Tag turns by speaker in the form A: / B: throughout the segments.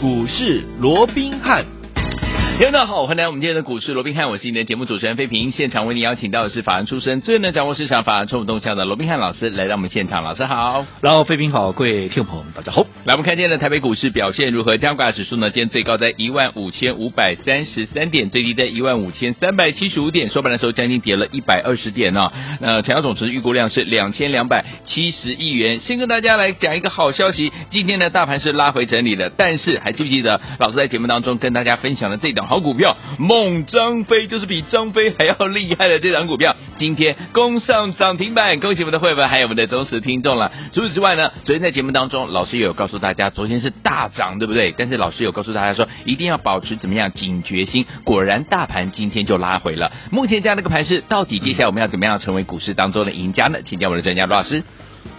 A: 股市罗宾汉。
B: 听众大家好，欢迎来到我们今天的股市罗宾汉，我是你的节目主持人费平。现场为您邀请到的是法案出身、最能掌握市场法案冲动向的罗宾汉老师来到我们现场，老师好。
C: 然后，飞平好，各位听众朋友们，大家好。
B: 来，我们看今天的台北股市表现如何？加权指数呢，今天最高在15,533点，最低在15,375点，收盘的时候将近跌了120点呢、那成交总值预估量是2,270亿元。先跟大家来讲一个好消息，今天呢大盘是拉回整理的，但是还记不记得老师在节目当中跟大家分享的这档好股票孟张飞，就是比张飞还要厉害的这档股票，今天攻上涨停板，恭喜我们的会员还有我们的忠实听众了。除此之外呢，昨天在节目当中，老师也有告诉大家，昨天是大涨，对不对？但是老师有告诉大家说，一定要保持怎么样警觉心。果然，大盘今天就拉回了。目前这样的一个盘势，到底接下来我们要怎么样成为股市当中的赢家呢？请教我们的专家罗老师。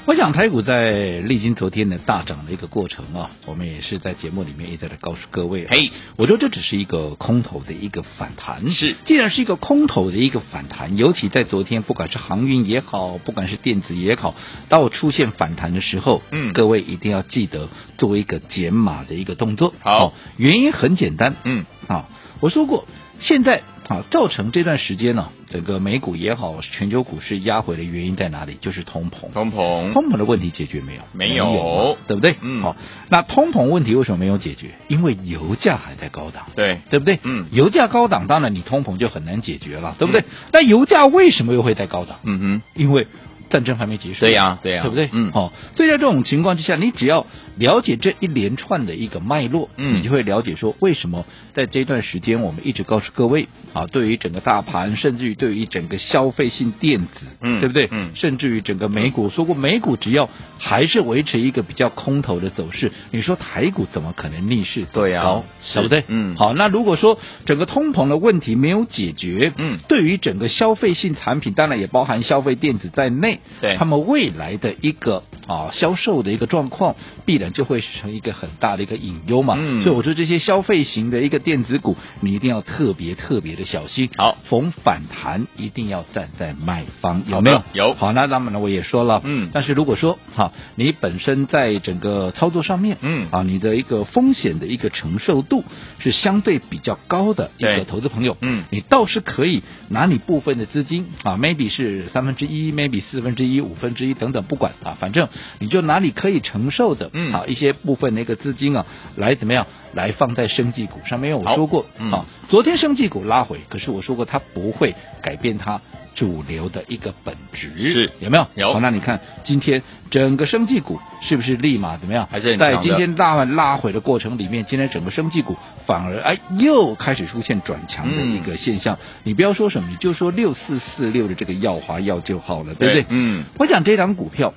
C: 我想台股在历经昨天的大涨的一个过程啊，我们也是在节目里面一直在告诉各位、啊，
B: 嘿，
C: 我觉得这只是一个空头的一个反弹。
B: 是
C: 既然是一个空头的一个反弹，尤其在昨天，不管是航运也好，不管是电子也好，到出现反弹的时候，
B: 嗯
C: 各位一定要记得做一个减码的一个动作。
B: 好
C: 哦原因很简单，
B: 嗯，
C: 啊，我说过，现在啊，造成这段时间呢、整个美股也好，全球股市压回的原因在哪里？就是通膨。
B: 通膨，
C: 通膨的问题解决没有？
B: 没有
C: 嘛对不对？
B: 嗯
C: 好，那通膨问题为什么没有解决？因为油价还在高档，
B: 对，
C: 对不对？
B: 嗯
C: 油价高档，当然你通膨就很难解决了，对不对？
B: 嗯
C: 那油价为什么又会在高档？
B: 嗯哼，
C: 因为战争还没结束。
B: 对呀对呀
C: 对不对？
B: 嗯
C: 哦，所以在这种情况之下，你只要了解这一连串的一个脉络，
B: 嗯
C: 你就会了解说为什么在这段时间我们一直告诉各位啊，对于整个大盘，甚至于对于整个消费性电子，
B: 嗯
C: 对不对？
B: 嗯
C: 甚至于整个美股，说过美股只要还是维持一个比较空头的走势，你说台股怎么可能逆势走
B: 对呀
C: 高
B: 是
C: 对不对？
B: 嗯
C: 好，那如果说整个通膨的问题没有解决，
B: 嗯
C: 对于整个消费性产品，当然也包含消费电子在内，
B: 对
C: 他们未来的一个啊销售的一个状况，必然就会成一个很大的一个隐忧嘛。
B: 嗯
C: 所以我说这些消费型的一个电子股，你一定要特别特别的小心。
B: 好，
C: 逢反弹一定要站在卖方，有没有
B: 好？的有
C: 好，那当然了，我也说了，
B: 嗯
C: 但是如果说好，你本身在整个操作上面，
B: 嗯
C: 啊，你的一个风险的一个承受度是相对比较高的一
B: 对
C: 个投资朋友，
B: 嗯
C: 你倒是可以拿你部分的资金啊，maybe 是三分之一，maybe 四分之一、五分之一等等，不管啊，反正你就拿你可以承受的，
B: 嗯
C: 啊，一些部分的一个资金啊，来怎么样，来放在生技股上面。因为
B: 好
C: 我说过，
B: 嗯
C: 啊，昨天生技股拉回，可是我说过它不会改变它主流的一个本质，
B: 是
C: 有没有？
B: 有
C: 好，那你看今天整个生技股是不是立马怎么样？
B: 还是很强
C: 在
B: 的
C: 今天大拉回的过程里面，今天整个生技股反而哎又开始出现转强的
B: 嗯
C: 一个现象。你不要说什么，你就说六四四六的这个耀华药就好了，对不对？
B: 嗯，
C: 我讲这档股票，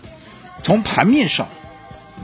C: 从盘面上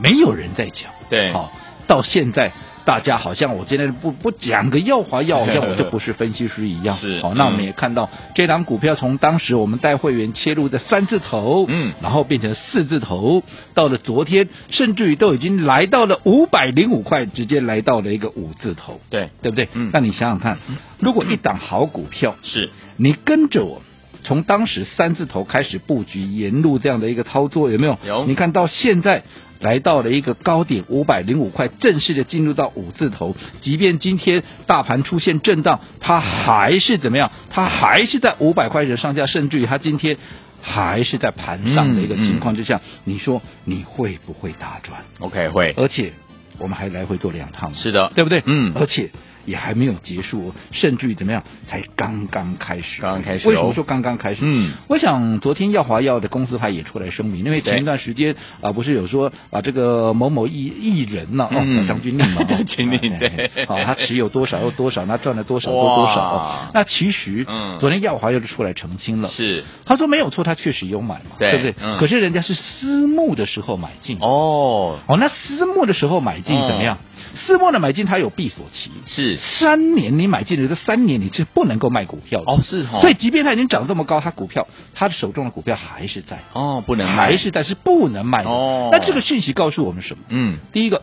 C: 没有人在讲，
B: 对
C: 好、到现在大家好像我今天不不讲个耀华药，好 像我就不是分析师一样。
B: 是
C: 好、那我们
B: 嗯
C: 也看到这档股票从当时我们带会员切入的三字头，
B: 嗯
C: 然后变成四字头，到了昨天，甚至于都已经来到了五百零五块，直接来到了一个五字头，
B: 对，
C: 对不对？
B: 嗯
C: 那你想想看，如果一档好股票，
B: 是，
C: 你跟着我。从当时三字头开始布局，沿路这样的一个操作有没有？
B: 有
C: 你看到现在来到了一个高点五百零五块，正式的进入到五字头。即便今天大盘出现震荡，它还是怎么样？它还是在五百块钱上下，甚至于它今天还是在盘上的一个
B: 嗯
C: 情况之下，你说你会不会大赚？
B: OK 会，
C: 而且我们还来回做两趟嘛。
B: 是的，
C: 对不对？
B: 嗯
C: 而且也还没有结束哦，甚至于怎么样，才刚刚开始。
B: 刚刚开始哦
C: 为什么说刚刚开始？
B: 嗯，
C: 我想昨天耀华药的公司派也出来声明，因为
B: 对
C: 前一段时间啊、不是有说啊，这个某某艺艺人呢、哦，
B: 嗯
C: 张钧甯嘛，哦
B: 张钧甯
C: 哎
B: 对
C: 哎好，他持有多少又多少，那赚了多少又
B: 哇
C: 多少。哦那其实，
B: 嗯
C: 昨天耀华药就出来澄清了，
B: 是，
C: 他说没有错，他确实有买嘛，
B: 对
C: 不对？
B: 嗯
C: 可是人家是私募的时候买进，
B: 哦，
C: 哦，那私募的时候买进怎么样？私募的买进它有闭锁期，
B: 是，
C: 三年你买进的这三年你是不能够卖股票的。
B: 哦，是哦，
C: 所以即便它已经涨这么高，它股票它手中的股票还是在，
B: 哦，不能卖
C: 还是在是不能卖的。
B: 哦
C: 那这个讯息告诉我们什么？
B: 嗯，
C: 第一个，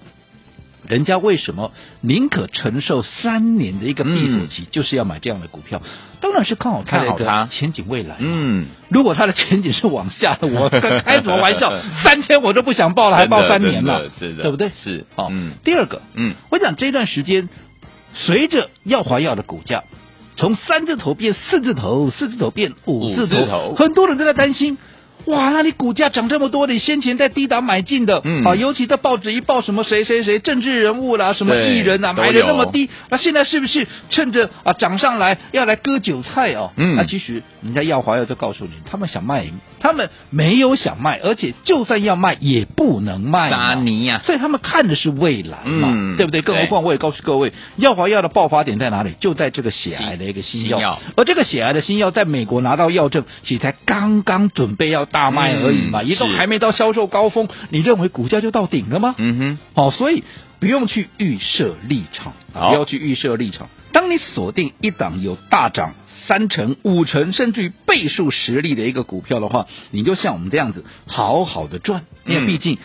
C: 人家为什么宁可承受三年的一个闭锁期，就是要买这样的股票？当然是看好它
B: 嗯看好它
C: 的前景未来。
B: 嗯，
C: 如果它的前景是往下的， 我开什么玩笑？三天我都不想报了，还报三年了，
B: 真的真的
C: 对不对？
B: 是
C: 好
B: 嗯。
C: 第二个，
B: 嗯，
C: 我讲这段时间，随着耀华药的股价从三字头变四字头，四字头变五字头，
B: 五字头
C: 很多人都在担心。哇，那你股价涨这么多，你先前在低档买进的，
B: 嗯
C: 啊，尤其在报纸一报什么谁谁谁政治人物啦，什么
B: 对
C: 艺人呐、啊
B: 都
C: 买的那么低，那现在是不是趁着啊涨上来要来割韭菜哦？
B: 嗯
C: 那其实人家耀华药就告诉你，他们想卖，他们没有想卖，而且就算要卖也不能卖嘛，
B: 渣泥呀，
C: 所以他们看的是未来嘛，
B: 嗯
C: 对不对？更何况我也告诉各位，药华药的爆发点在哪里？就在这个血癌的一个新药，
B: 新药
C: 而这个血癌的新药在美国拿到药证，其实才刚刚准备要大卖而已嘛，
B: 嗯
C: 也都
B: 是
C: 还没到销售高峰，你认为股价就到顶了吗？
B: 嗯哼，
C: 好、哦所以不用去预设立场，
B: 好
C: 不要去预设立场。当你锁定一档有大涨三成、五成，甚至于倍数实力的一个股票的话，你就像我们这样子好好的赚，因
B: 嗯
C: 为毕竟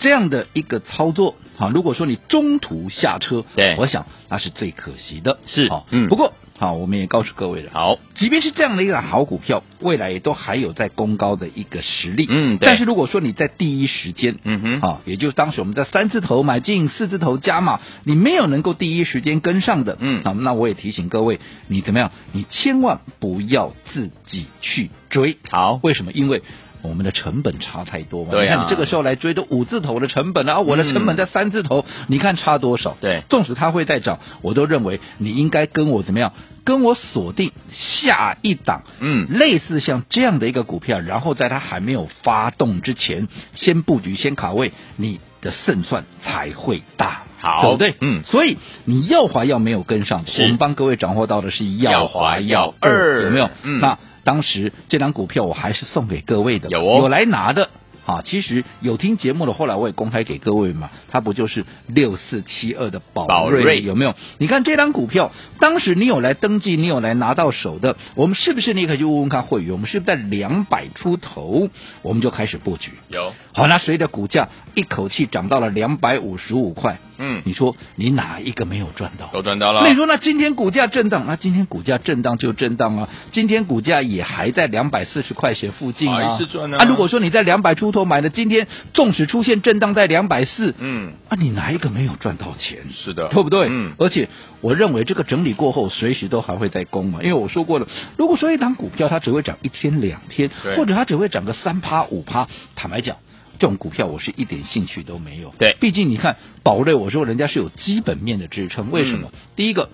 C: 这样的一个操作，好、如果说你中途下车，
B: 对
C: 我想那是最可惜的。
B: 是
C: 好、
B: 嗯
C: 不过好，我们也告诉各位了，
B: 好，
C: 即便是这样的一个好股票，未来也都还有在攻高的一个实力。
B: 嗯对
C: 但是如果说你在第一时间，
B: 嗯哼
C: 啊，也就是当时我们在三字头买进，四字头加码，你没有能够第一时间跟上的，
B: 嗯
C: 啊，那我也提醒各位，你怎么样？你千万不要自己去追。哦
B: 好，
C: 为什么？因为我们的成本差太多嘛。
B: 对啊嗯
C: 你看你这个时候来追都五字头的成本了啊，我的成本在三字头，你看差多少？
B: 对
C: 纵使它会再涨，我都认为你应该跟我怎么样？跟我锁定下一档，
B: 嗯
C: 类似像这样的一个股票，然后在它还没有发动之前，先布局、先卡位，你的胜算才会大。
B: 好
C: 对不对？
B: 嗯
C: 所以你耀华药没有跟上，
B: 是
C: 我们帮各位掌握到的是
B: 耀
C: 耀
B: 华
C: 华
B: 药
C: 药
B: 二
C: 二，有没有？
B: 嗯
C: 那当时这张股票我还是送给各位的，
B: 有哦
C: 有来拿的。啊，其实有听节目的，后来我也公开给各位嘛，它不就是六四七二的
B: 宝
C: 宝
B: 瑞
C: 瑞有没有？你看这张股票，当时你有来登记，你有来拿到手的，我们是不是你也可以去问问看会员，我们是不是在两百出头，我们就开始布局？
B: 有，
C: 好，那随着股价一口气涨到了两百五十五块，
B: 嗯，
C: 你说你哪一个没有赚到？
B: 都赚到了
C: 那，你说，那今天股价震荡，那今天股价震荡就震荡啊，今天股价也还在两百四十块钱附近啊。
B: 还是赚啊
C: 啊，如果说你在两百出头买的，今天纵使出现震荡在两百四，
B: 嗯，
C: 啊，你哪一个没有赚到钱？
B: 是的，
C: 对不对？
B: 嗯，
C: 而且我认为这个整理过后，随时都还会再攻嘛，因为我说过了，如果说一档股票它只会涨一天两天
B: 对，
C: 或者它只会涨个三趴五趴，坦白讲。这种股票我是一点兴趣都没有。
B: 对
C: 毕竟你看宝瑞，我说人家是有基本面的支
B: 嗯
C: 撑。为什么？第一个，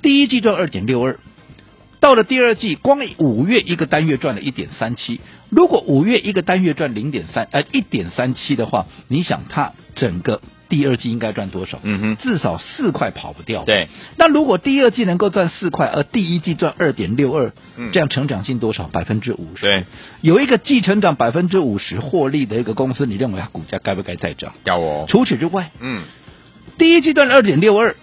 C: 第一季赚二点六二，到了第二季，光五月一个单月赚了一点三七。如果五月一个单月赚零点三，呃，一点三七的话，你想它整个第二季应该赚多少？
B: 嗯哼，
C: 至少四块跑不掉。，
B: 对，
C: 那如果第二季能够赚四块，而第一季赚二点六二
B: 嗯，
C: 这样成长性多少？百分之五十。
B: 对，
C: 有一个季成长百分之五十获利的一个公司，你认为它股价该不该再涨？
B: 要哦，
C: 除此之外，
B: 嗯，
C: 第一季赚二点六二，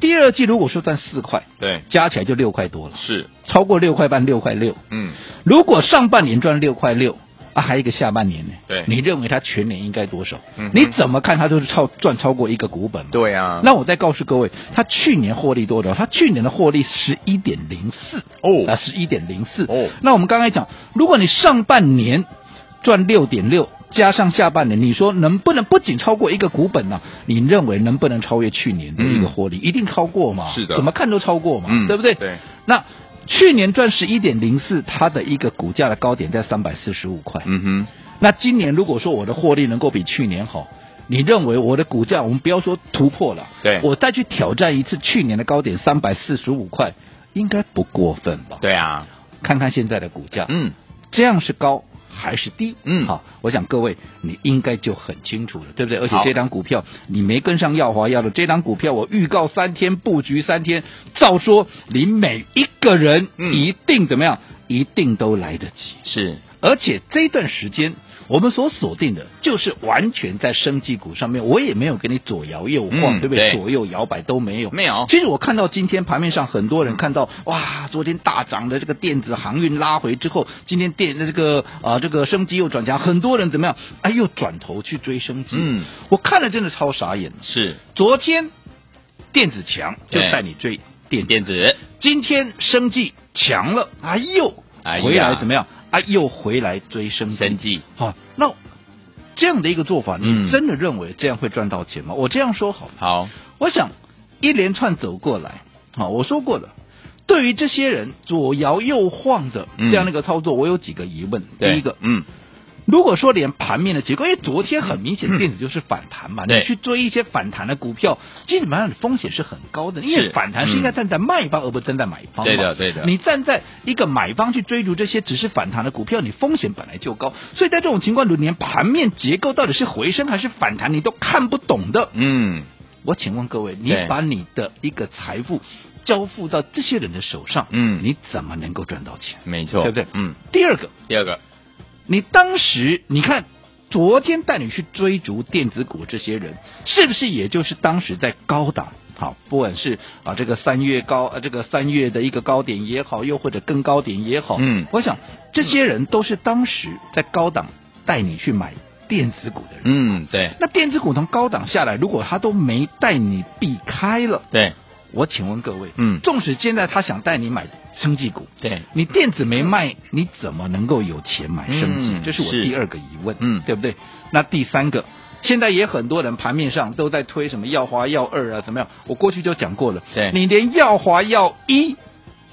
C: 第二季如果说赚四块，
B: 对，
C: 加起来就六块多了，
B: 是，
C: 超过六块半，六块六。
B: 嗯，
C: 如果上半年赚六块六。啊，还有一个下半年呢？
B: 对
C: 你认为它全年应该多少？
B: 嗯哼
C: 你怎么看它都是超赚超过一个股本嘛？
B: 对啊，
C: 那我再告诉各位，它去年获利多少？它去年的获利十一点零四啊，
B: 哦，
C: 十一点零四。
B: 哦
C: 那我们刚才讲，如果你上半年赚六点六，加上下半年，你说能不能不仅超过一个股本呢、你认为能不能超越去年的一个获利？一定超过嘛？
B: 嗯是的
C: 怎么看都超过嘛，
B: 嗯
C: 对不对？
B: 对。
C: 那去年赚十一点零四，它的一个股价的高点在三百四十五块。
B: 嗯哼，
C: 那今年如果说我的获利能够比去年好，你认为我的股价，我们不要说突破了，
B: 对
C: 我再去挑战一次去年的高点三百四十五块，应该不过分吧？，
B: 对啊，
C: 看看现在的股价，
B: 嗯，
C: 这样是高还是低？
B: 嗯
C: 好，我想各位你应该就很清楚了，对不对？而且
B: 好
C: 这张股票你没跟上耀华药的，这张股票我预告三天布局三天，照说你每一个人
B: 嗯
C: 一定怎么样？一定都来得及。
B: 是
C: 而且这段时间我们所锁定的，就是完全在生技股上面，我也没有给你左摇右晃，
B: 嗯
C: 对不对？
B: 对
C: 左右摇摆都没有。
B: 没有
C: 其实我看到今天盘面上很多人看到，哇，昨天大涨的这个电子航运拉回之后，今天电这个啊、这个生机又转强，很多人怎么样？哎，又转头去追生机。
B: 嗯，
C: 我看了真的超傻眼的。
B: 是
C: 昨天电子强就
B: 对
C: 带你追电子，
B: 电子
C: 今天生计强了啊，又
B: 哎呀
C: 回来怎么样？啊，又回来追生
B: 生
C: 计。
B: 技，
C: 好、那这样的一个做法，
B: 嗯
C: 你真的认为这样会赚到钱吗？我这样说好吗？
B: 好，
C: 我想一连串走过来，好，我说过了。对于这些人左摇右晃的这样的一个操作，我有几个疑问。
B: 嗯对
C: 第一个，
B: 嗯，
C: 如果说连盘面的结构，因为昨天很明显
B: 嗯
C: 电子就是反弹嘛，
B: 对
C: 你去追一些反弹的股票，基本上你风险是很高的，因为
B: 是
C: 反弹是应该站在卖方而不是站在买方嘛。
B: 对的对的
C: 你站在一个买方去追逐这些只是反弹的股票，你风险本来就高，所以在这种情况里，连盘面结构到底是回升还是反弹你都看不懂的。
B: 嗯，
C: 我请问各位，你
B: 对
C: 把你的一个财富交付到这些人的手上，
B: 嗯
C: 你怎么能够赚到钱？
B: 没错，
C: 对不对
B: 嗯，
C: 第二个，
B: 第二个，
C: 你当时你看昨天带你去追逐电子股这些人，是不是也就是当时在高档？好，不管是啊这个三月高，呃这个三月的一个高点也好，又或者更高点也好，
B: 嗯
C: 我想这些人都是当时在高档带你去买电子股的人。
B: 嗯，对
C: 那电子股从高档下来，如果他都没带你避开了，
B: 对，
C: 我请问各位，
B: 嗯
C: 纵使现在他想带你买生技股，
B: 对，
C: 你电子没卖，你怎么能够有钱买生机？
B: 嗯
C: 这是我
B: 是
C: 第二个疑问，
B: 嗯
C: 对不对？那第三个，现在也很多人盘面上都在推什么耀华、耀二啊，怎么样？我过去就讲过了，
B: 对
C: 你连耀华、耀一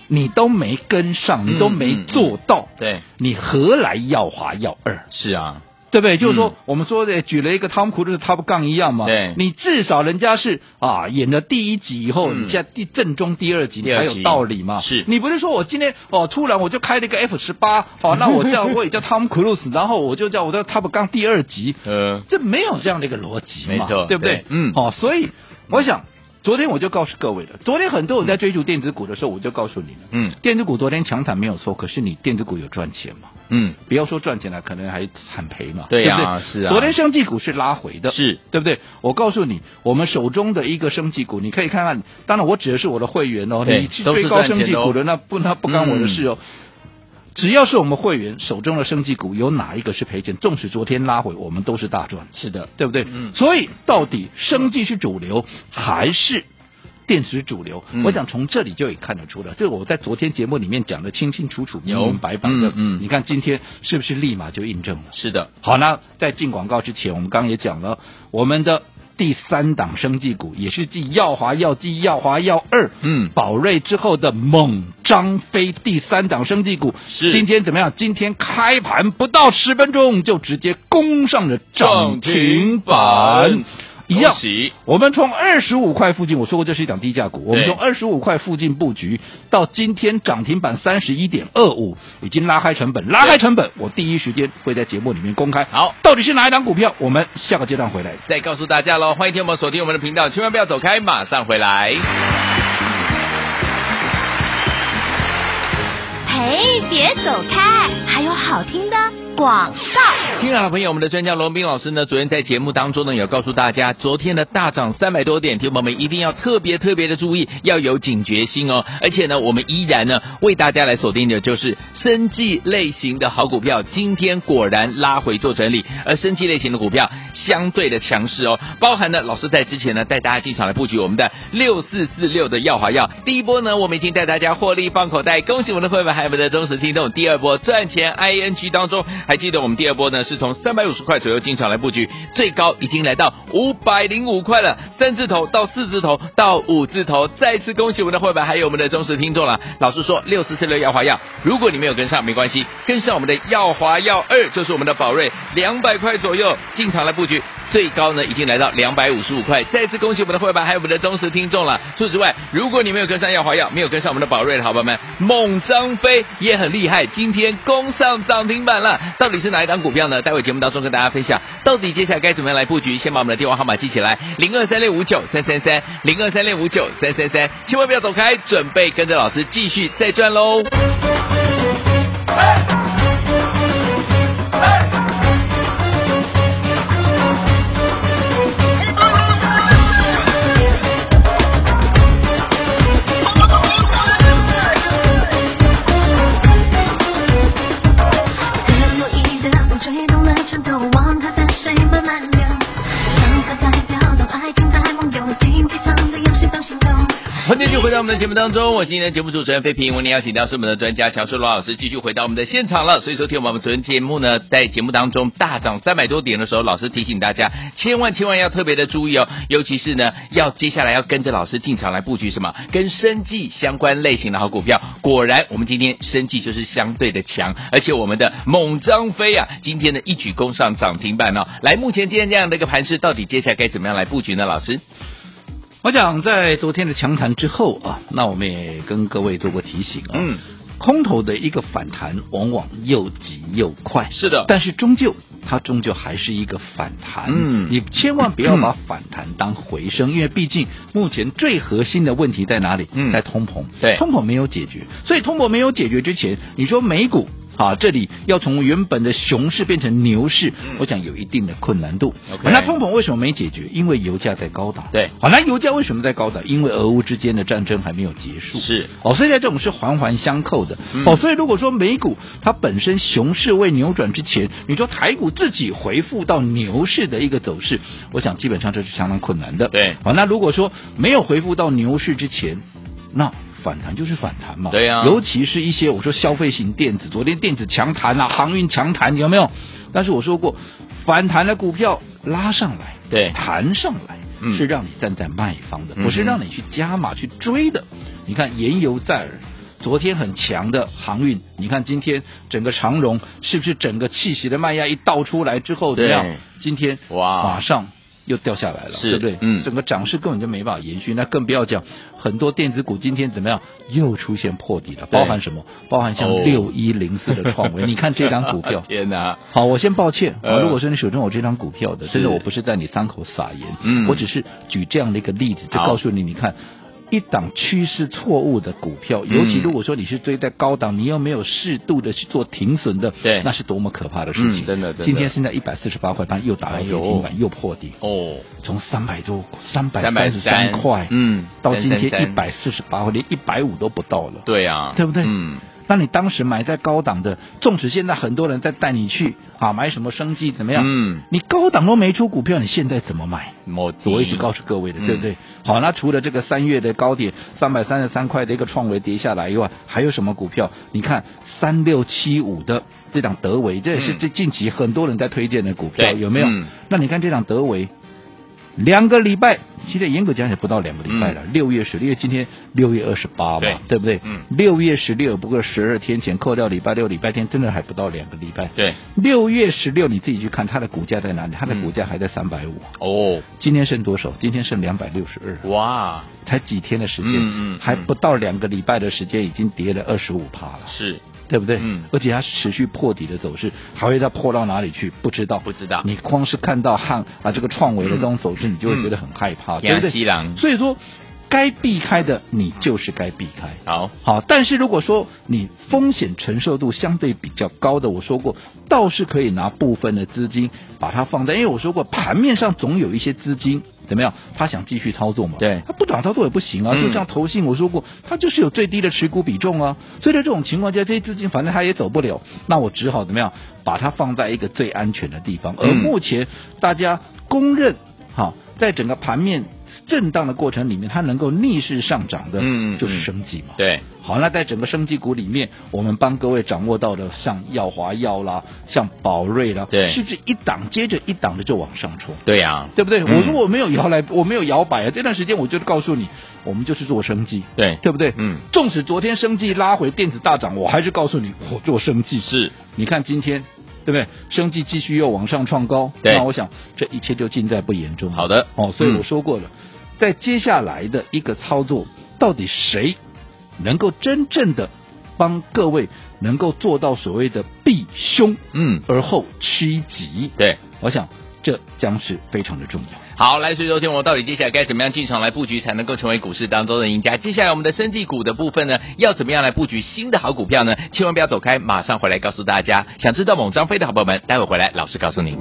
C: 你都没跟上，你都
B: 嗯
C: 没
B: 嗯
C: 做到，
B: 对，
C: 你何来耀华、耀二？
B: 是啊，
C: 对不对？就是说，
B: 嗯
C: 我们说的举了一个汤姆·克鲁斯 Top 杠一样嘛。
B: 对
C: 你至少人家是啊演了第一集以后，
B: 嗯
C: 你现在第正中第二集，
B: 第
C: 你
B: 二
C: 才
B: 集
C: 有道理嘛。
B: 是
C: 你不是说我今天哦突然我就开了一个 F 十八，哦那我 叫我也叫汤姆·克鲁斯，然后我就叫我叫 Top 杠第二集，
B: 呃，
C: 这没有这样的一个逻辑嘛，
B: 没错
C: 对不对
B: 对？嗯
C: 好、所以我想昨天我就告诉各位了，昨天很多人在追逐电子股的时候，我就告诉你了，
B: 嗯
C: 电子股昨天强弹没有错，可是你电子股有赚钱吗？
B: 嗯，
C: 不要说赚钱了，可能还惨赔嘛。
B: 对呀
C: 不
B: 是啊
C: 昨天生技股是拉回的，
B: 是
C: 对不对？我告诉你，我们手中的一个生技股，你可以看看。当然，我指的是我的会员哦，
B: 对
C: 你去
B: 都是
C: 追高
B: 赚
C: 生
B: 钱
C: 技
B: 的哦嗯
C: 股的，那不那不干我的事哦。只要是我们会员手中的生技股，有哪一个是赔钱？纵使昨天拉回，我们都是大赚，
B: 是的，
C: 对不对？
B: 嗯
C: 所以到底生技是主流还是？电池主流，
B: 嗯
C: 我想从这里就也看得出来，这我在昨天节目里面讲的清清楚楚、明
B: 有
C: 明白白的。
B: 嗯嗯
C: 你看今天是不是立马就印证了？
B: 是的，
C: 好，那在进广告之前，我们刚刚也讲了，我们的第三档生技股也是继耀华、耀基、耀华、耀二，
B: 嗯
C: 宝瑞之后的猛张飞第三档生技股，
B: 是
C: 今天怎么样？今天开盘不到十分钟就直接攻上了涨停
B: 涨停
C: 板
B: 板，
C: 一样
B: 恭。喜，
C: 我们从二十五块附近，我说过这是一档低价股，我们
B: 对
C: 从二十五块附近布局，到今天涨停板三十一点二五，已经拉开成本，拉开成本，我第一时间会在节目里面公开。
B: 好，
C: 到底是哪一档股票？我们下个阶段回来。
B: 再告诉大家喽，欢迎听我们锁定我们的频道，千万不要走开，马上回来。
D: 嘿，别走开，还有好听的广告。
B: 亲爱的朋友，我们的专家罗文斌老师呢，昨天在节目当中呢，有告诉大家，昨天的大涨三百多点，听友们一定要特别特别的注意，要有警觉心哦。而且呢，我们依然呢为大家来锁定的就是生技类型的好股票，今天果然拉回做整理，而生技类型的股票相对的强势哦，包含呢老师在之前呢带大家进场来布局我们的六四四六的耀华药，第一波呢我们已经带大家获利放口袋，恭喜我们的会员还有我们的忠实听众，第二波赚钱 ING 当中，还记得我们第二波呢是从三百五十块左右进场来布局，最高已经来到五百零五块了，三字头到四字头到五字头，再次恭喜我们的会员还有我们的忠实听众了。老师说六四四六耀华药，如果你没有跟上没关系，跟上我们的耀华药二就是我们的宝瑞，两百块左右进场来布局，最高呢已经来到两百五十五块，再次恭喜我们的会员还有我们的忠实听众了。除此之外，如果你没有跟上耀华药，没有跟上我们的宝瑞的好朋友们，猛张飞也很厉害，今天攻上涨停板了。到底是哪一档股票呢？待会节目当中跟大家分享。到底接下来该怎么样来布局？先把我们的电话号码记起来，零二三六五九三三三，零二三六五九三三三，千万不要走开，准备跟着老师继续再赚喽。继续回到我们的节目当中，我今天的节目主持人费平，为您邀请到是我们的专家乔树罗老师，继续回到我们的现场了。所以昨天我们昨天节目呢，在节目当中大涨三百多点的时候，老师提醒大家，千万千万要特别的注意哦，尤其是呢，要接下来要跟着老师进场来布局什么跟生计相关类型的好股票。果然，我们今天生计就是相对的强，而且我们的猛张飞啊，今天呢一举攻上涨停板哦。来，目前今天这样的一个盘势，到底接下来该怎么样来布局呢？老师，
C: 我想在昨天的强谈之后啊，那我们也跟各位做过提醒啊，
B: 嗯，
C: 空头的一个反弹往往又急又快，
B: 是的
C: 但是终究它终究还是一个反弹，
B: 嗯
C: 你千万不要把反弹当回升，因为毕竟目前最核心的问题在哪里？
B: 嗯
C: 在通膨，
B: 对
C: 通膨没有解决，所以通膨没有解决之前，你说美股。啊，这里要从原本的熊市变成牛市，
B: 嗯
C: 我想有一定的困难度。
B: OK
C: 那通膨为什么没解决？因为油价在高档。
B: 对
C: 好，那油价为什么在高档？因为俄乌之间的战争还没有结束。
B: 是
C: 哦，所以在这种是环环相扣的、
B: 嗯
C: 哦，所以如果说美股它本身熊市未扭转之前，你说台股自己回复到牛市的一个走势，我想基本上这是相当困难的。
B: 对
C: 好、那如果说没有回复到牛市之前，那反弹就是反弹嘛。
B: 对啊呀
C: 尤其是一些我说消费型电子，昨天电子强弹啊，航运强弹，有没有？但是我说过，反弹的股票拉上来，
B: 对
C: 弹上来。
B: 嗯
C: 是让你站在卖方的，
B: 嗯哼
C: 不是让你去加码去追的。你看言犹在耳，昨天很强的航运，你看今天整个长荣是不是整个气息的卖压一倒出来之后，怎么样
B: 对？
C: 今天
B: 哇
C: 马上。又掉下来了，
B: 是
C: 对不对？
B: 嗯
C: 整个涨势根本就没办法延续，那更不要讲很多电子股今天怎么样又出现破底了，
B: 对
C: 包含什么？包含像
B: 哦，
C: 六一零四的创维，你看这张股票
B: 天哪，
C: 好，我先抱歉啊，
B: 呃
C: 如果说你手中有这张股票的，
B: 是
C: 真的我不是在你伤口撒盐，
B: 嗯
C: 我只是举这样的一个例子，就
B: 好
C: 告诉你，你看。一档趋势错误的股票，
B: 嗯
C: 尤其如果说你是追在高档，你又没有适度的去做停损的，
B: 对
C: 那是多么可怕的事情！
B: 嗯真的真的
C: 今天现在一百四十八块半又打到
B: 哎
C: 跌
B: 呦
C: 停板，又破底，
B: 哦，
C: 从三百多、三百三十
B: 330
C: 三块，
B: 嗯
C: 到今天一
B: 333
C: 百四十八，连一百五都不到了。
B: 对啊，
C: 对不对？
B: 嗯，，
C: 那你当时买在高档的，纵使现在很多人在带你去啊，买什么生计怎么样？
B: 嗯，
C: 你高档都没出股票，你现在怎么买？
B: 某集
C: 我一直告诉各位的，
B: 嗯
C: 对不对？好，那除了这个三月的高点三百三十三块的一个创维跌下来以外，还有什么股票？你看三六七五的这档德维，这也是
B: 嗯
C: 这近期很多人在推荐的股票，
B: 对
C: 有没有？
B: 嗯
C: 那你看这档德维。两个礼拜，其实严格讲也不到两个礼拜了。六、月十六，因为今天六月二十八嘛，
B: 嗯对
C: 不对？
B: 嗯
C: 六月十六，不过十二天前扣掉礼拜六、礼拜天，真的还不到两个礼拜。
B: 对，
C: 六月十六，你自己去看它的股价在哪里？它的
B: 嗯
C: 股价还在三百五。
B: 哦，
C: 今天剩多少？今天剩两百六十二，
B: 哇，
C: 才几天的时间，
B: 嗯嗯嗯
C: 还不到两个礼拜的时间，已经跌了二十五趴了，
B: 是
C: 对不对？
B: 嗯
C: 而且它持续破底的走势，还会再破到哪里去？不知道，
B: 不知道
C: 你光是看到汉啊这个创维的这种走势，你就会觉得很害怕，对不
B: 惊
C: 对？
B: 西嗯郎
C: 所以说，该避开的你就是该避开。
B: 好，
C: 好，但是如果说你风险承受度相对比较高的，我说过，倒是可以拿部分的资金把它放在，哎因为我说过，盘面上总有一些资金怎么样，他想继续操作嘛，
B: 对
C: 他不想操作也不行啊，
B: 嗯
C: 就像投信，我说过，他就是有最低的持股比重啊，所以在这种情况下，这些资金反正他也走不了，那我只好怎么样，把它放在一个最安全的地方，而
B: 嗯
C: 目前大家公认，好，在整个盘面。震荡的过程里面，它能够逆势上涨的，
B: 嗯嗯
C: 就是
B: 嗯
C: 生计嘛。
B: 对，
C: 好，那在整个生技股里面，我们帮各位掌握到的，像耀华药啦，像宝瑞啦，
B: 对
C: 是不是一档接着一档的就往上冲？
B: 对呀，
C: 对不对？
B: 嗯
C: 我说我没有摇来，我没有摇摆啊！这段时间我就告诉你，我们就是做生计，
B: 对
C: 对不对？
B: 嗯。
C: 纵使昨天生计拉回电子大涨，我还是告诉你，我做生计。
B: 是，
C: 你看今天，对不对？生计继续又往上创高，
B: 对
C: 那我想这一切就尽在不言中。
B: 好的
C: 哦，所以
B: 嗯
C: 我说过了，在接下来的一个操作，到底谁能够真正的帮各位能够做到所谓的避凶
B: 嗯，
C: 而后趋吉？
B: 对。
C: 我想这将是非常的重要。
B: 好，来，所以昨天我到底接下来该怎么样进场来布局，才能够成为股市当中的赢家？接下来我们的生技股的部分呢，要怎么样来布局新的好股票呢？千万不要走开，马上回来告诉大家。想知道猛张飞的好朋友们，待会回来老师告诉你。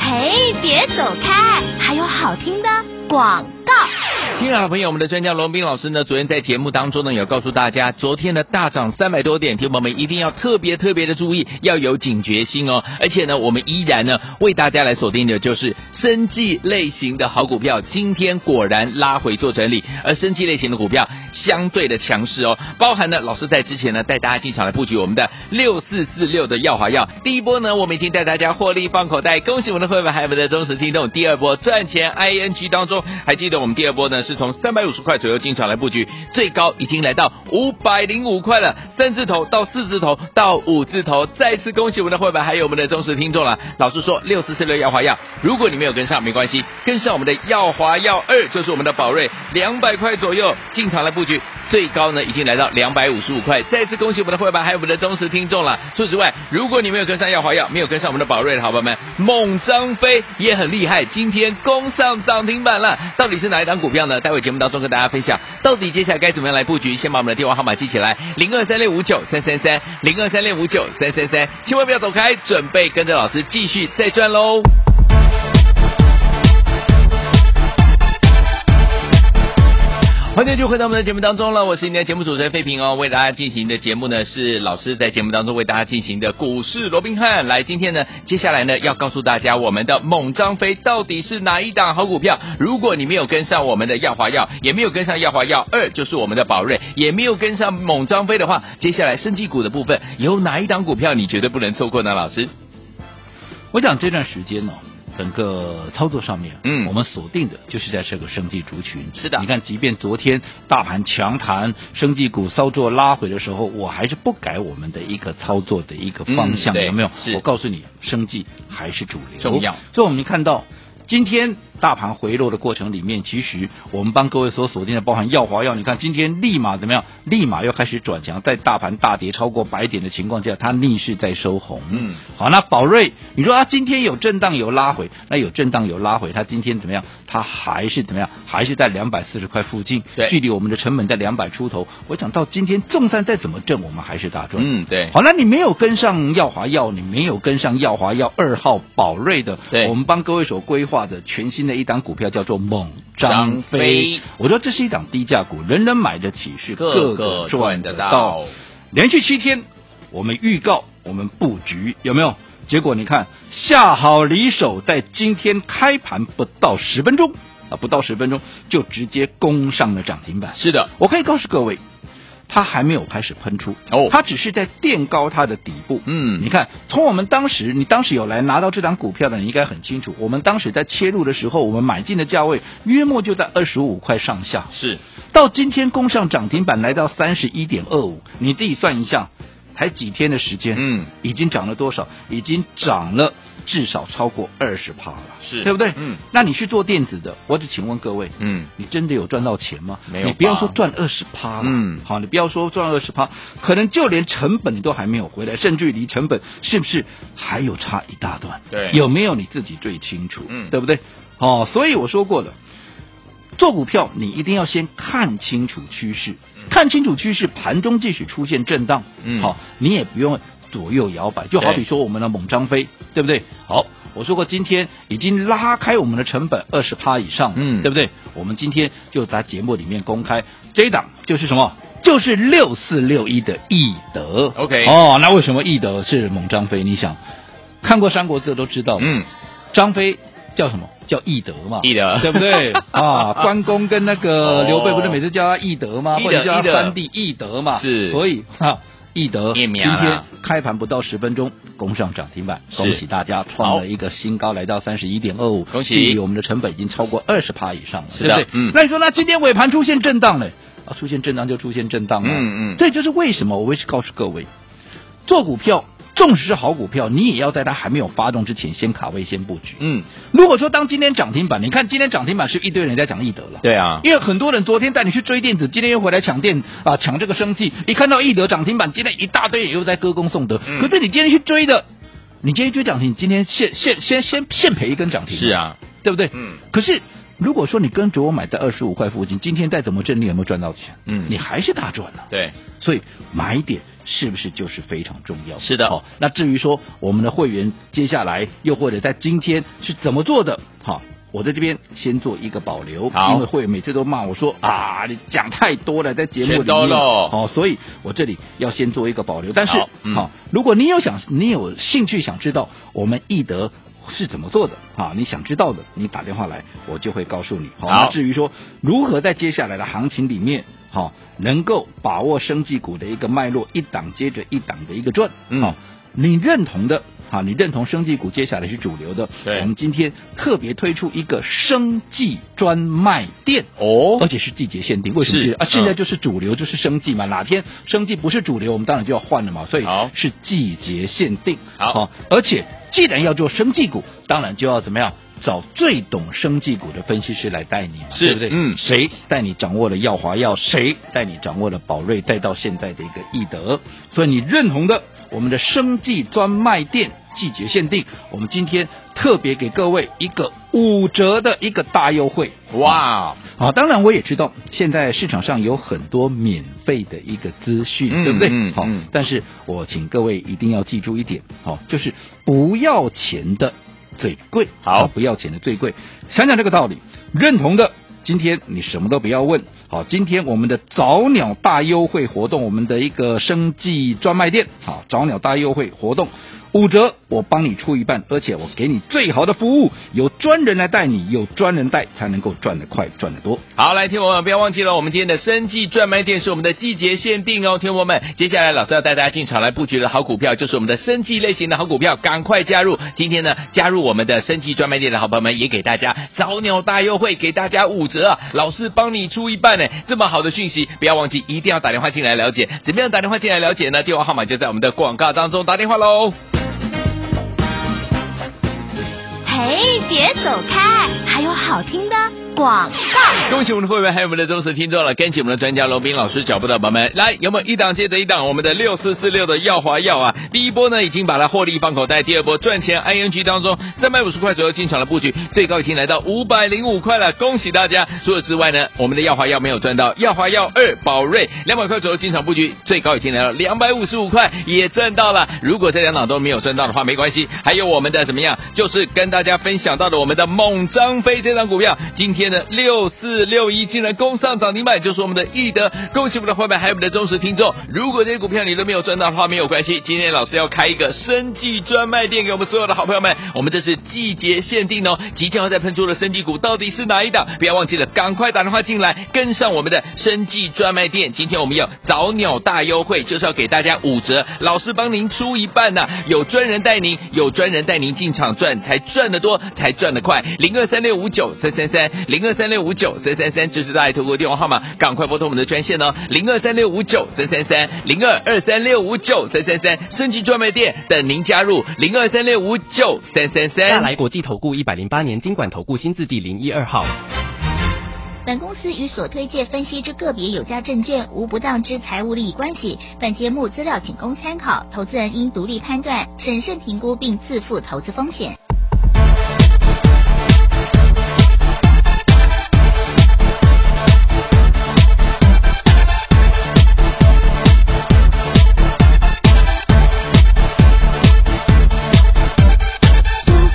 D: 嘿，别走开，还有好听的广告。
B: 亲爱的朋友，我们的专家罗文斌老师呢，昨天在节目当中呢，有告诉大家，昨天的大涨三百多点，听众朋友们一定要特别特别的注意，要有警觉心哦。而且呢，我们依然呢为大家来锁定的就是生技类型的好股票，今天果然拉回做整理，而生技类型的股票相对的强势哦，包含呢老师在之前呢带大家进场来布局我们的六四四六的耀华药，第一波呢我们已经带大家获利放口袋，恭喜我们的会员还有我们的忠实听众，第二波赚钱 ING 当中，还记得我们第二波呢是从三百五十块左右进场来布局，最高已经来到五百零五块了，三字头到四字头到五字头，再次恭喜我们的会员还有我们的忠实听众了。老师说六四四六耀华药，如果你没有跟上没关系，跟上我们的耀华药二就是我们的宝瑞，两百块左右进场来布局，最高呢已经来到两百五十五块，再次恭喜我们的会员还有我们的忠实听众了。除此之外，如果你没有跟上耀华药，没有跟上我们的宝瑞的好朋友们，猛张飞也很厉害，今天攻上涨停板了。到底是哪一档股票呢？待会节目当中跟大家分享，到底接下来该怎么样来布局？先把我们的电话号码记起来，零二三六五九三三三，零二三六五九三三三，千万不要走开，准备跟着老师继续再赚喽。欢迎继续回到我们的节目当中了，我是今天的节目主持人费平哦，为大家进行的节目呢是老师在节目当中为大家进行的股市罗宾汉。来，今天呢，接下来呢要告诉大家我们的猛张飞到底是哪一档好股票。如果你没有跟上我们的耀华药，也没有跟上耀华药二，就是我们的宝瑞，也没有跟上猛张飞的话，接下来升级股的部分有哪一档股票你绝对不能错过呢？老师，
C: 我想这段时间呢、整个操作上面，
B: 嗯
C: 我们锁定的就是在这个生技族群。
B: 是的
C: 你看，即便昨天大盘强弹，生技股稍作拉回的时候，我还是不改我们的一个操作的一个方向，
B: 嗯对
C: 有没有
B: 是？
C: 我告诉你，生技还是主流，
B: 重要。
C: 所以我们看到。今天大盘回落的过程里面，其实我们帮各位所锁定的，包含耀华药，你看今天立马怎么样？立马又开始转强，在大盘大跌超过百点的情况下，它逆势在收红。
B: 嗯，
C: 好，那宝瑞，你说啊，今天有震荡有拉回，那有震荡有拉回，它今天怎么样？它还是怎么样？还是在两百四十块附近
B: 对，
C: 距离我们的成本在两百出头。我讲到今天，纵算再怎么震，我们还是大赚。
B: 嗯，对，
C: 好，那你没有跟上耀华药，你没有跟上耀华药二号宝瑞的，
B: 对
C: 我们帮各位所规划的全新的一档股票叫做猛
B: 张
C: 张
B: 飞
C: 飞。我说这是一档低价股，人人买得起，是个
B: 各个
C: 个
B: 赚
C: 赚
B: 得
C: 得
B: 到
C: 到。连续七天，我们预告，我们布局有没有？结果你看，下好离手，在今天开盘不到十分钟啊，不到十分钟就直接攻上了涨停板。
B: 是的，
C: 我可以告诉各位，它还没有开始喷出
B: 哦
C: 它只是在垫高它的底部。
B: 嗯
C: 你看，从我们当时，你当时有来拿到这档股票的，你应该很清楚，我们当时在切入的时候，我们买进的价位约莫就在二十五块上下，
B: 是
C: 到今天攻上涨停板来到三十一点二五，你自己算一下。才几天的时间，
B: 嗯，
C: 已经涨了多少？已经涨了至少超过二十趴了，
B: 是
C: 对不对？
B: 嗯，
C: 那你去做电子的，我只请问各位，
B: 嗯，
C: 你真的有赚到钱吗？
B: 没有吧
C: 你不要说赚二十趴，
B: 嗯
C: 好，你不要说赚二十趴，可能就连成本你都还没有回来，甚至于离成本是不是还有差一大段？
B: 对
C: 有没有你自己最清楚，
B: 嗯
C: 对不对？哦，所以我说过了。做股票，你一定要先看清楚趋势，看清楚趋势，盘中即使出现震荡，
B: 嗯
C: 好，你也不用左右摇摆。就好比说我们的猛张飞，对不对？好，我说过今天已经拉开我们的成本二十趴以上了，
B: 嗯
C: 对不对？我们今天就在节目里面公开这一档就是什么？就是六四六一的易德
B: OK
C: 哦，那为什么易德是猛张飞？你想看过《三国志》的都知道，
B: 嗯，
C: 张飞叫什么？叫翼德嘛，
B: 翼德
C: 对不 对？啊，关公跟那
B: 哦
C: 个刘备不是每次叫他翼德吗？
B: 翼德
C: 或者叫
B: 翼德
C: 他三弟翼德嘛？
B: 是
C: 所以哈，翼德
B: 一
C: 今
B: 秒啦
C: 天开盘不到十分钟，攻上涨停板，
B: 是
C: 恭喜大家创了一个新高，来到三十一点二五，
B: 恭喜
C: 距离我们的成本已经超过二十趴以上了，
B: 是
C: 对
B: 的
C: 不对？
B: 嗯
C: 那你说，那今天尾盘出现震荡嘞？啊，出现震荡就出现震荡了，啊
B: 嗯嗯
C: 这就是为什么我会去告诉各位，做股票，纵使是好股票，你也要在它还没有发动之前先卡位、先布局。
B: 嗯，
C: 如果说当今天涨停板，你看今天涨停板是一堆人在讲易德了。
B: 对啊，
C: 因为很多人昨天带你去追电子，今天又回来抢电啊，抢这个生计。一看到易德涨停板，今天一大堆人又在歌功颂德。
B: 嗯
C: 可是你今天去追的，你今天追涨停，你今天现现先先现赔一根涨停，
B: 是，啊，
C: 对不对？
B: 嗯。
C: 可是如果说你跟着我买在二十五块附近，今天再怎么挣，你有没有赚到钱？
B: 嗯
C: 你还是大赚了、啊
B: 对，
C: 所以买点是不是就是非常重要？
B: 是的
C: 好、那至于说我们的会员接下来又或者在今天是怎么做的，好、我在这边先做一个保留，
B: 好
C: 因为会每次都骂我说啊，你讲太多了，在节目里
B: 全
C: 面
B: 都漏
C: 哦，所以我这里要先做一个保留。但是
B: 好
C: 好、
B: 嗯
C: 如果你有想，你有兴趣想知道我们易德。是怎么做的啊？你想知道的，你打电话来，我就会告诉你。
B: 好
C: 那至于说如何在接下来的行情里面，好、能够把握生技股的一个脉络，一档接着一档的一个转，
B: 嗯
C: 好你认同的，好，你认同生技股接下来是主流的，
B: 对
C: 我们今天特别推出一个生技专卖店。
B: 哦
C: 而，且是季节限定，为什么
B: 是
C: 季节啊？
B: 嗯
C: 现在就是主流，就是生计嘛。哪天生计不是主流，我们当然就要换了嘛。所以
B: 好
C: 是季节限定。
B: 好
C: 而且既然要做生计股，当然就要怎么样？找最懂生计股的分析师来带你嘛，
B: 是
C: 对不对？
B: 嗯
C: 谁带你掌握了耀华药，谁带你掌握了宝瑞，带到现在的一个易德，所以你认同的我们的生计专卖店季节限定，我们今天特别给各位一个五折的一个大优惠，
B: 哇，哦
C: 好，当然我也知道，现在市场上有很多免费的一个资讯，
B: 嗯
C: 对不对？
B: 嗯
C: 好、
B: 嗯
C: 但是我请各位一定要记住一点，好、就是不要钱的最贵，哦
B: 好
C: 不要钱的最贵。想想这个道理，认同的。今天你什么都不要问，好，今天我们的早鸟大优惠活动，我们的一个生计专卖店，好，早鸟大优惠活动五折，我帮你出一半，而且我给你最好的服务，有专人来带你，有专人带才能够赚得快，赚得多。
B: 好，来，听众朋友们不要忘记了，我们今天的生计专卖店是我们的季节限定哦，听众朋友们，接下来老师要带大家进场来布局的好股票，就是我们的生计类型的好股票，赶快加入！今天呢，加入我们的生计专卖店的好朋友们，也给大家早鸟大优惠，给大家五折啊！老师帮你出一半呢，这么好的讯息，不要忘记一定要打电话进来了解，怎么样打电话进来了解呢？电话号码就在我们的广告当中，打电话喽。
D: 嘿，别走开，还有好听的广告。
B: 恭喜我们的会员，还有我们的忠实听众了。跟紧我们的专家罗斌老师脚步的宝宝们，来，有没有一档接着一档？我们的六四四六的耀华药啊，第一波呢已经把它获利放口袋，第二波赚钱 ING 当中三百五十块左右进场的布局，最高已经来到五百零五块了，恭喜大家！除此之外呢，我们的耀华药没有赚到，耀华药二宝瑞两百块左右进场布局，最高已经来到两百五十五块，也赚到了。如果这两档都没有赚到的话，没关系，还有我们的怎么样，就是跟大家分享到的我们的猛张飞这张股票，今天呢六四六一竟然攻上涨停板，就是我们的易德，恭喜我们的伙伴还有我们的忠实听众。如果这些股票你都没有赚到的话，没有关系，今天老师要开一个生计专卖店给我们所有的好朋友们，我们这是季节限定哦，即将要在喷出的生计股到底是哪一档？不要忘记了，赶快打电话进来，跟上我们的生计专卖店。今天我们有早鸟大优惠，就是要给大家五折，老师帮您出一半呐、有专人带您，有专人带您进场赚，才赚得多，才赚得快。零二三六五九三三三，零二三六五九三三三，这是大爱投顾的电话号码，赶快拨通我们的专线哦，零二三六五九三三三，零二二三六五九三三三，升级专卖店等您加入，零二三六五九三三三。
E: 大来国际投顾一百零八年经管投顾新字第零一二号。
D: 本公司与所推介分析之个别有价证券无不当之财务利益关系。本节目资料仅供参考，投资人应独立判断、审慎评估并自负投资风险。
F: 主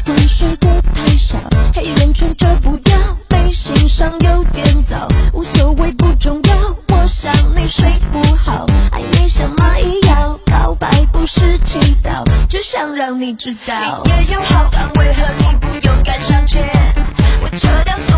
F: 管睡得太少，黑眼圈遮不掉，背心上有点早，无所谓不重要。我想你睡不好，爱你像蚂蚁药，告白不是祈祷，只想让你知道。你也有好安慰和你不勇敢向前，我扯掉所